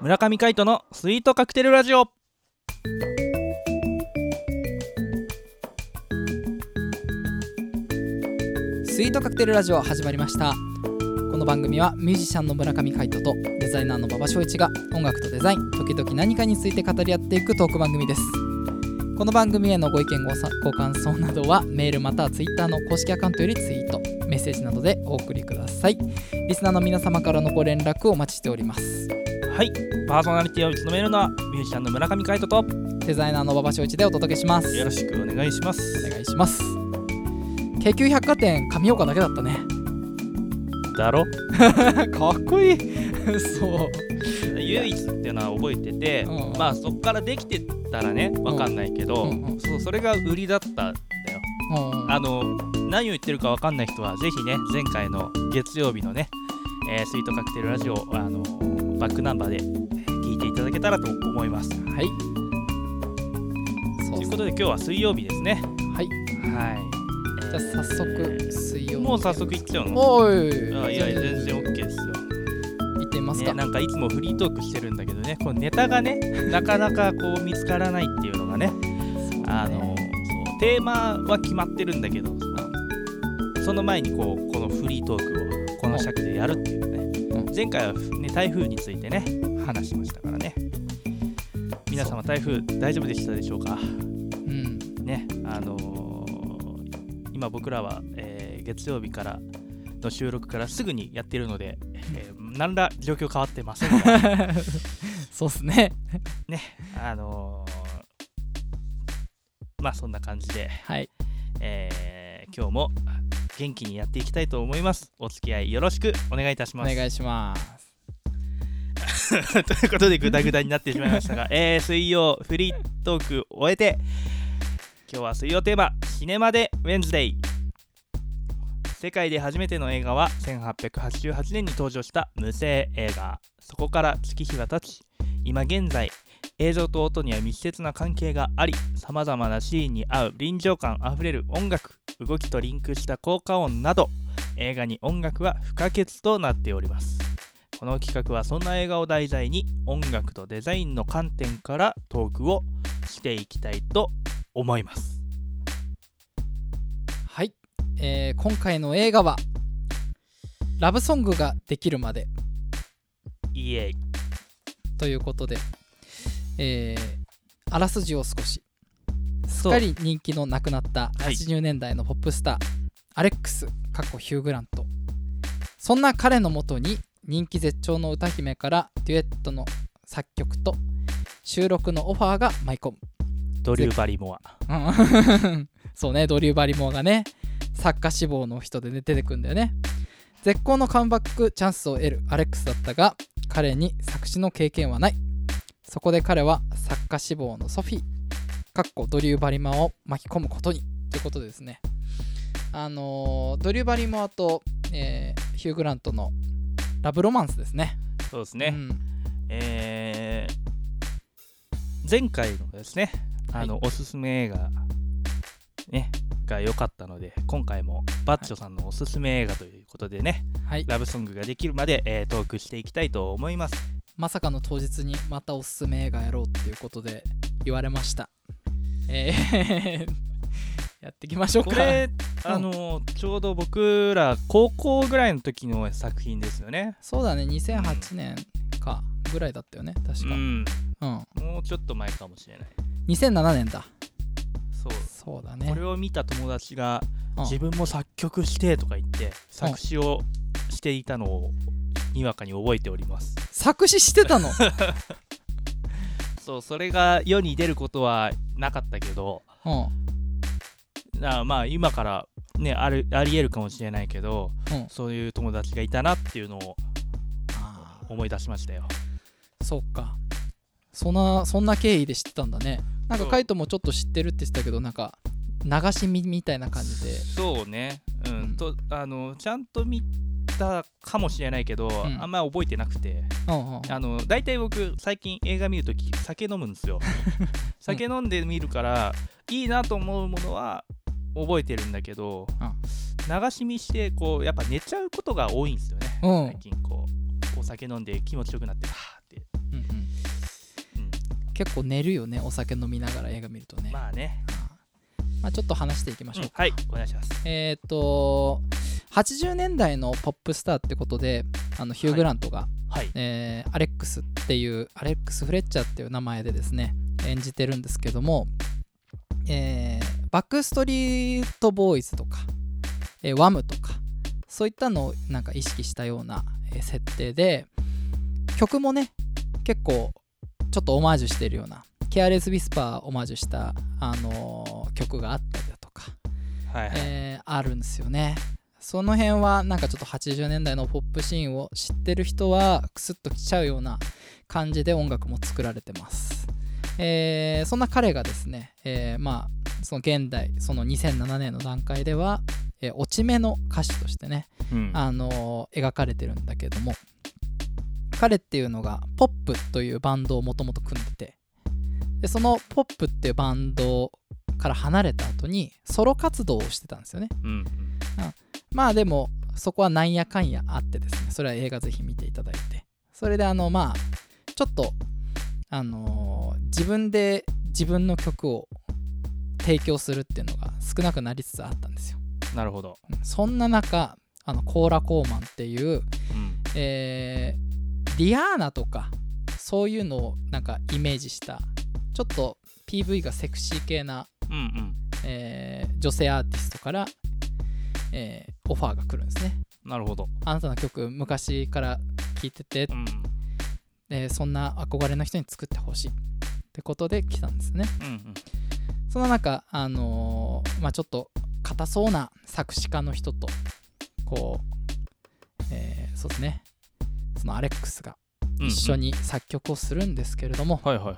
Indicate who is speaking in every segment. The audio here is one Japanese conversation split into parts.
Speaker 1: 村上海人のスイートカクテルラジオ
Speaker 2: スイートカクテルラジオ始まりましたこの番組はミュージシャンの村上海人とデザイナーの馬場翔一が音楽とデザイン時々何かについて語り合っていくトーク番組ですこの番組へのご意見ごさご感想などはメールまたはツイッターの公式アカウントよりツイートメッセージなどでお送りくださいリスナーの皆様からのご連絡をお待ちしております
Speaker 1: はいパーソナリティを務めるのはミュージシャンの村上海人と
Speaker 2: デザイナーの馬場翔一でお届けします
Speaker 1: よろしくお願いしま
Speaker 2: お
Speaker 1: す
Speaker 2: 願いします京急百貨店神岡だけだったね
Speaker 1: だろ
Speaker 2: かっこいい そう
Speaker 1: 唯一っていうのは覚えてて、
Speaker 2: うん
Speaker 1: まあそこからできてたらねわかんないけど、
Speaker 2: うんうん
Speaker 1: そうそれが売りだったんだよ
Speaker 2: うん
Speaker 1: あの何を言ってるかわかんない人はぜひね前回の月曜日のね、えースイートカクテルラジオあのバックナンバーで聞いていただけたらと思います
Speaker 2: はい。そ
Speaker 1: というう
Speaker 2: そ
Speaker 1: ことで今日は水曜日ですね
Speaker 2: う。はい。
Speaker 1: はい
Speaker 2: じゃあ早速水曜日。
Speaker 1: もう早速行っちゃうの
Speaker 2: おい。
Speaker 1: あいや全然 OK ですよ
Speaker 2: 行ってみます
Speaker 1: ね、
Speaker 2: か。
Speaker 1: なんかいつもフリートークしてるんだけどねこうネタがね なかなかこう見つからないっていうのがねあのそうテーマは決まってるんだけどその前にこうこのフリートークをこの尺でやるっていうね、
Speaker 2: う
Speaker 1: 前回は、ね、台風についてね話しましたからね皆様台風大丈夫でしたでしょうか
Speaker 2: うん。
Speaker 1: ねあのー今僕らは、えー月曜日からの収録からすぐにやってるので、えー何ら状況変わってません が
Speaker 2: そうっすね。
Speaker 1: あのーまあそんな感じで、
Speaker 2: はい。
Speaker 1: えー今日も元気にやっていきたいと思います。お付き合いよろしくお願いいたし
Speaker 2: お
Speaker 1: ます。
Speaker 2: 願いします。
Speaker 1: ということでグダグダになってしまいましたが、 えー水曜フリートーク終えて今日は水曜テーマ「シネマでウェンズデイ」世界で初めての映画は1888年に登場した無声映画そこから月日は経ち今現在映像と音には密接な関係がありさまざまなシーンに合う臨場感あふれる音楽動きとリンクした効果音など映画に音楽は不可欠となっておりますこの企画はそんな映画を題材に音楽とデザインの観点からトークをしていきたいと思います
Speaker 2: はい。えー今回の映画はラブソングができるまで
Speaker 1: イエイ
Speaker 2: ということで、えーあらすじを少し。す
Speaker 1: そ
Speaker 2: っ
Speaker 1: う
Speaker 2: かり人気のなくなった
Speaker 1: はい
Speaker 2: 80年代のポップスター、アレックスかっこヒュー・グラントそんな彼のもとに人気絶頂の歌姫からデュエットの作曲と収録のオファーが舞い込む
Speaker 1: ドリュー・バリモア
Speaker 2: うん そうねドリュー・バリモアがね作家志望の人で、ね、出てくんだよね絶好のカムバックチャンスを得るアレックスだったが彼に作詞の経験はないそこで彼は作家志望のソフィーかっこドリュー・バリモアを巻き込むことにってことですねあのードリュー・バリモアと、えーヒュー・グラントのラブロマンスですね
Speaker 1: そうです
Speaker 2: う
Speaker 1: ね、
Speaker 2: ん
Speaker 1: えー前回のですねあの、おすすめ映画ねが良かったので今回もバッチョさんのおすすめ映画ということでね、
Speaker 2: はい
Speaker 1: ラブソングができるまで、えートークしていきたいと思います
Speaker 2: まさかの当日にまたおすすめ映画やろうっていうことで言われましたえー やっていきましょう
Speaker 1: こ
Speaker 2: か
Speaker 1: れ、
Speaker 2: うん
Speaker 1: あのちょうど僕ら高校ぐらいの時の作品ですよね。
Speaker 2: そうだね2008年かぐらいだったよね確
Speaker 1: うん、
Speaker 2: かうん、
Speaker 1: もうちょっと前かもしれない。
Speaker 2: 2007年だ
Speaker 1: そう、
Speaker 2: そうだね
Speaker 1: これを見た友達が、
Speaker 2: うん
Speaker 1: 自分も作曲してとか言って作詞をしていたのをにわかに覚えております。
Speaker 2: 作詞してたの
Speaker 1: そうそれが世に出ることはなかったけど
Speaker 2: うん
Speaker 1: なまあ今からねあるありえるかもしれないけど、
Speaker 2: うん
Speaker 1: そういう友達がいたなっていうのを
Speaker 2: あ
Speaker 1: 思い出しましたよ。
Speaker 2: ーそうかそんなそんな経緯で知ってたんだねなんか
Speaker 1: そう
Speaker 2: カイトもちょっと知ってるって言ってたけどなんか流し見みたいな感じで
Speaker 1: そうね、うん
Speaker 2: うん
Speaker 1: とあのちゃんと見たかもしれないけど、
Speaker 2: ん
Speaker 1: あんま覚えてなくて
Speaker 2: うんうん
Speaker 1: あの大体僕最近映画見るとき 酒飲むんですよ酒飲んで見るからいいなと思うものは覚えてるんだけど、
Speaker 2: うん
Speaker 1: 流し見してこうやっぱ寝ちゃうことが多いんですよね、
Speaker 2: うんうん
Speaker 1: 最近こうお酒飲んで気持ちよくなってはーって、
Speaker 2: うん
Speaker 1: うん
Speaker 2: 結構寝るよねお酒飲みながら映画見るとね、
Speaker 1: まあね、
Speaker 2: まあ、ちょっと話していきましょう
Speaker 1: うんはいお願いします
Speaker 2: えっ、と80年代のポップスターってことであのヒュー・グラントが、
Speaker 1: はい
Speaker 2: えーアレックスっていうアレックス・フレッチャーっていう名前でですね演じてるんですけども、えーバックストリート・ボーイズとか、えーワムとかそういったのをなんか意識したような、えー設定で曲もね結構ちょっとオマージュしてるようなケアレス・ウィスパーオマージュした、あのー曲があったりだとか
Speaker 1: はいはい、
Speaker 2: えーあるんですよねその辺はなんかちょっと80年代のポップシーンを知ってる人はクスッときちゃうような感じで音楽も作られてます、えーそんな彼がですね、えーまあその現代その2007年の段階では、えー落ち目の歌手としてね
Speaker 1: うん
Speaker 2: あの描かれてるんだけども彼っていうのがポップというバンドをもともと組んでてでそのポップっていうバンドから離れた後にソロ活動をしてたんですよね
Speaker 1: うん
Speaker 2: まあでもそこはなんやかんやあってですねそれは映画ぜひ見ていただいてそれであのまあちょっとあのー自分で自分の曲を提供するっていうのが少なくなりつつあったんですよ
Speaker 1: なるほど、
Speaker 2: うんそんな中あのコーラ・コーマンってい
Speaker 1: う
Speaker 2: う
Speaker 1: ん
Speaker 2: えーディアーナとかそういうのをなんかイメージしたちょっと PV がセクシー系な、
Speaker 1: うんうん
Speaker 2: えー女性アーティストから、えーオファーが来るんですね。
Speaker 1: なるほど、
Speaker 2: あなたの曲昔から聴いてて
Speaker 1: う、んうん
Speaker 2: えーそんな憧れの人に作ってほしいってことで来たんですね。
Speaker 1: うん
Speaker 2: その中、あのーまあ、ちょっと硬そうな作詞家の人とこう、えーそうですねそのアレックスが
Speaker 1: うん、
Speaker 2: 一緒
Speaker 1: に、
Speaker 2: に作曲をするんですけれども、
Speaker 1: はいはい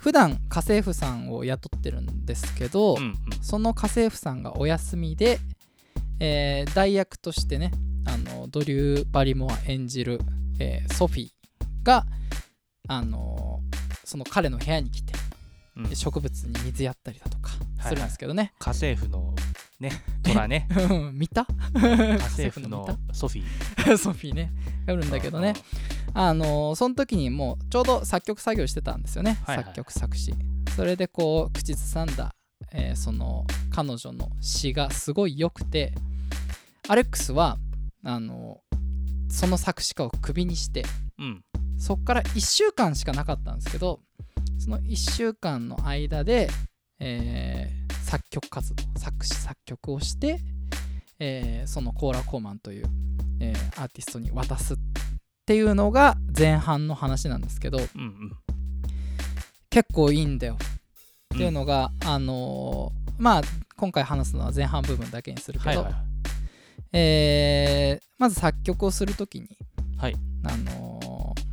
Speaker 2: 普段家政婦さんを雇ってるんですけど、
Speaker 1: うん
Speaker 2: その家政婦さんがお休みで、えー代役としてねあのドリュー・バリモア演じる、えーソフィーが、あのーその彼の部屋に来て
Speaker 1: うんうん、
Speaker 2: 植物に水やったりだとかするんですけどね、
Speaker 1: 家政婦のね虎ね
Speaker 2: うん見た
Speaker 1: 家政婦 の
Speaker 2: 家
Speaker 1: ソフィー
Speaker 2: 見た ソフィーねやるんだけどねあのーその時にもうちょうど作曲作業してたんですよね、
Speaker 1: はいはい
Speaker 2: 作曲作詞それでこう口ずさんだ、えーその彼女の詩がすごい良くてアレックスはあのーその作詞家をクビにして
Speaker 1: うん
Speaker 2: そっから1週間しかなかったんですけどその1週間の間で、えー作曲活動作詞作曲をして、えーそのコーラ・コーマンという、えーアーティストに渡すっていうのが前半の話なんですけど
Speaker 1: うんうん
Speaker 2: 結構いいんだよ
Speaker 1: っ
Speaker 2: っていうのが、あのーまあ今回話すのは前半部分だけにするけど、
Speaker 1: はいはいはい
Speaker 2: えーまず作曲をするときに、
Speaker 1: はい
Speaker 2: あのー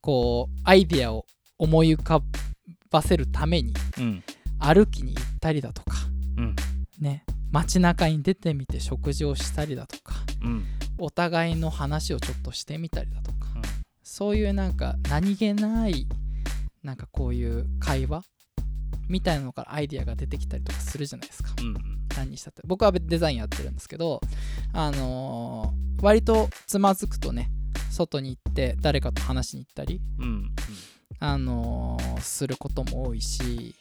Speaker 2: こうアイディアを思い浮かばせるために
Speaker 1: うん
Speaker 2: 歩きに行ったりだとか、
Speaker 1: うん
Speaker 2: ね、街中に出てみて食事をしたりだとか
Speaker 1: うん
Speaker 2: お互いの話をちょっとしてみたりだとか、
Speaker 1: うん
Speaker 2: そういうなんか何気ないなんかこういう会話みたいなのからアイディアが出てきたりとかするじゃないですか。
Speaker 1: うんうん
Speaker 2: 何にしたって僕はデザインやってるんですけどあのー割とつまずくとね外に行って誰かと話しに行ったり、
Speaker 1: うんうん
Speaker 2: あのーすることも多いし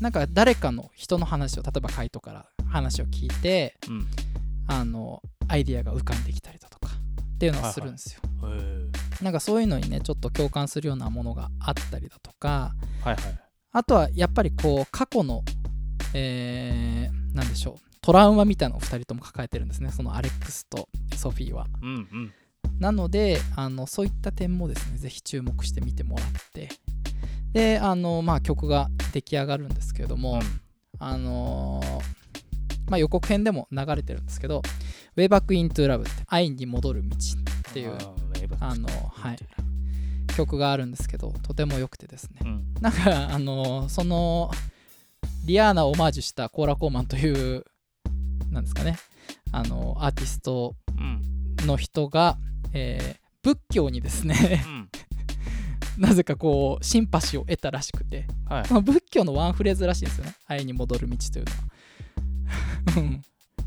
Speaker 2: なんか誰かの人の話を例えばカイトから話を聞いて、
Speaker 1: うん
Speaker 2: あのアイディアが浮かんできたりだとかっていうのをするんですよ、
Speaker 1: へー
Speaker 2: なんかそういうのにねちょっと共感するようなものがあったりだとか
Speaker 1: はいはい
Speaker 2: あとはやっぱりこう過去の、えー、なんでしょうトラウマみたいなのを2人とも抱えてるんですねそのアレックスとソフィーは。
Speaker 1: うんうん
Speaker 2: なのであのそういった点もですねぜひ注目してみてもらってであの、まあ、曲が出来上がるんですけれども、あのーまあ、予告編でも流れてるんですけど「Way Back into Love」って「愛に戻る道」っていうあのはい曲があるんですけどとても良くてですね
Speaker 1: うん
Speaker 2: なんかあのそのリアーナをオマージュしたコーラ・コーマンというなんですかねあのアーティスト
Speaker 1: うん
Speaker 2: の人が、えー仏教にですね
Speaker 1: うん
Speaker 2: なぜかこうシンパシーを得たらしくて
Speaker 1: はい
Speaker 2: まあ仏教のワンフレーズらしいんですよね「愛に戻る道」というのは。うん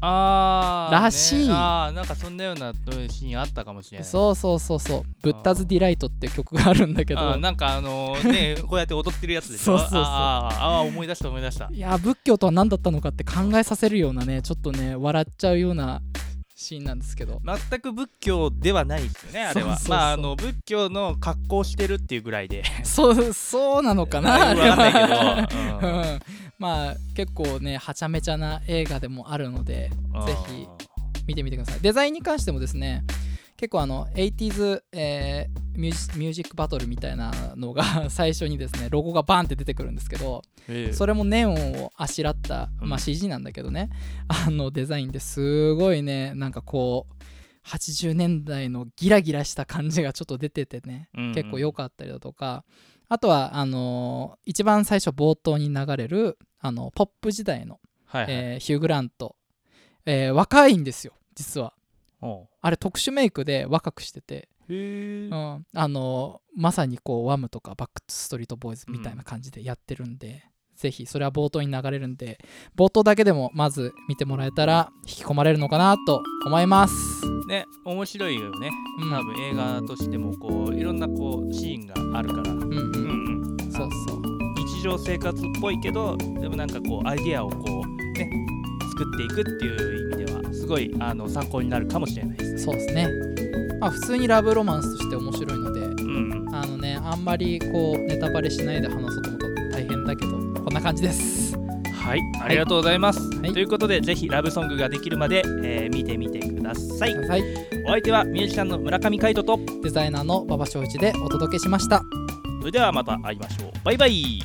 Speaker 1: あー
Speaker 2: らしい
Speaker 1: ねああなんかそんなようなうんシーンあったかもしれない
Speaker 2: そうそうそうそう「ブッダズ・ディライト」っていう曲があるんだけ
Speaker 1: あー
Speaker 2: ど
Speaker 1: なんかあのーね こうやって踊ってるやつでしょ
Speaker 2: そうそうそう
Speaker 1: あーあー思い出した思い出した
Speaker 2: いやー仏教とは何だったのかって考えさせるようなねちょっとね笑っちゃうようなシーンなんですけど
Speaker 1: 全く仏教ではないですよねあれは
Speaker 2: そうそうそう
Speaker 1: まああの仏教の格好してるっていうぐらい で
Speaker 2: そうそうなのかな
Speaker 1: わ
Speaker 2: あれ
Speaker 1: かん
Speaker 2: は
Speaker 1: ないけど、
Speaker 2: う
Speaker 1: うん
Speaker 2: んまあ結構ねはちゃめちゃな映画でもあるのでぜひ見てみてくださいデザインに関してもですね結構あの 80s、えーミュージミュージックバトルみたいなのが 最初にですねロゴがバンって出てくるんですけど
Speaker 1: ええ
Speaker 2: それもネオンをあしらった、
Speaker 1: うん
Speaker 2: まあ、CG なんだけどねあのデザインですごいねなんかこう80年代のギラギラした感じがちょっと出ててね
Speaker 1: うんうん
Speaker 2: 結構良かったりだとかあとはあのー一番最初冒頭に流れるあのポップ時代の、
Speaker 1: はいはい
Speaker 2: えーヒュー・グラント、えー若いんですよ実は
Speaker 1: おう
Speaker 2: あれ特殊メイクで若くしてて、
Speaker 1: へえ
Speaker 2: うん、あのーまさにこうワムとかバック・トゥ・ストリート・ボーイズみたいな感じでやってるんで、ぜひそれは冒頭に流れるんで冒頭だけでもまず見てもらえたら引き込まれるのかなと思います、
Speaker 1: ね面白いよね
Speaker 2: うん
Speaker 1: 多分映画としてもこういろんなこうシーンがあるから、うん
Speaker 2: うんうん、そうそう
Speaker 1: 日常生活っぽいけどでもなんかこうアイデアをこうね作っていくっていう意味ではすごいあの参考になるかもしれないです。
Speaker 2: そうですね。まあ普通にラブロマンスとして面白いので、
Speaker 1: うんうん
Speaker 2: あのね、あんまりこうネタバレしないで話そうと思ったら大変だけど、こんな感じです。
Speaker 1: はい、ありがとうございます。
Speaker 2: はい
Speaker 1: ということで、ぜひラブソングができるまで、えー見てみてください。
Speaker 2: はい、
Speaker 1: お相手はミュージシャンの村上海人と、
Speaker 2: デザイナーの馬場正一でお届けしました。
Speaker 1: それではまた会いましょう。バイバイ。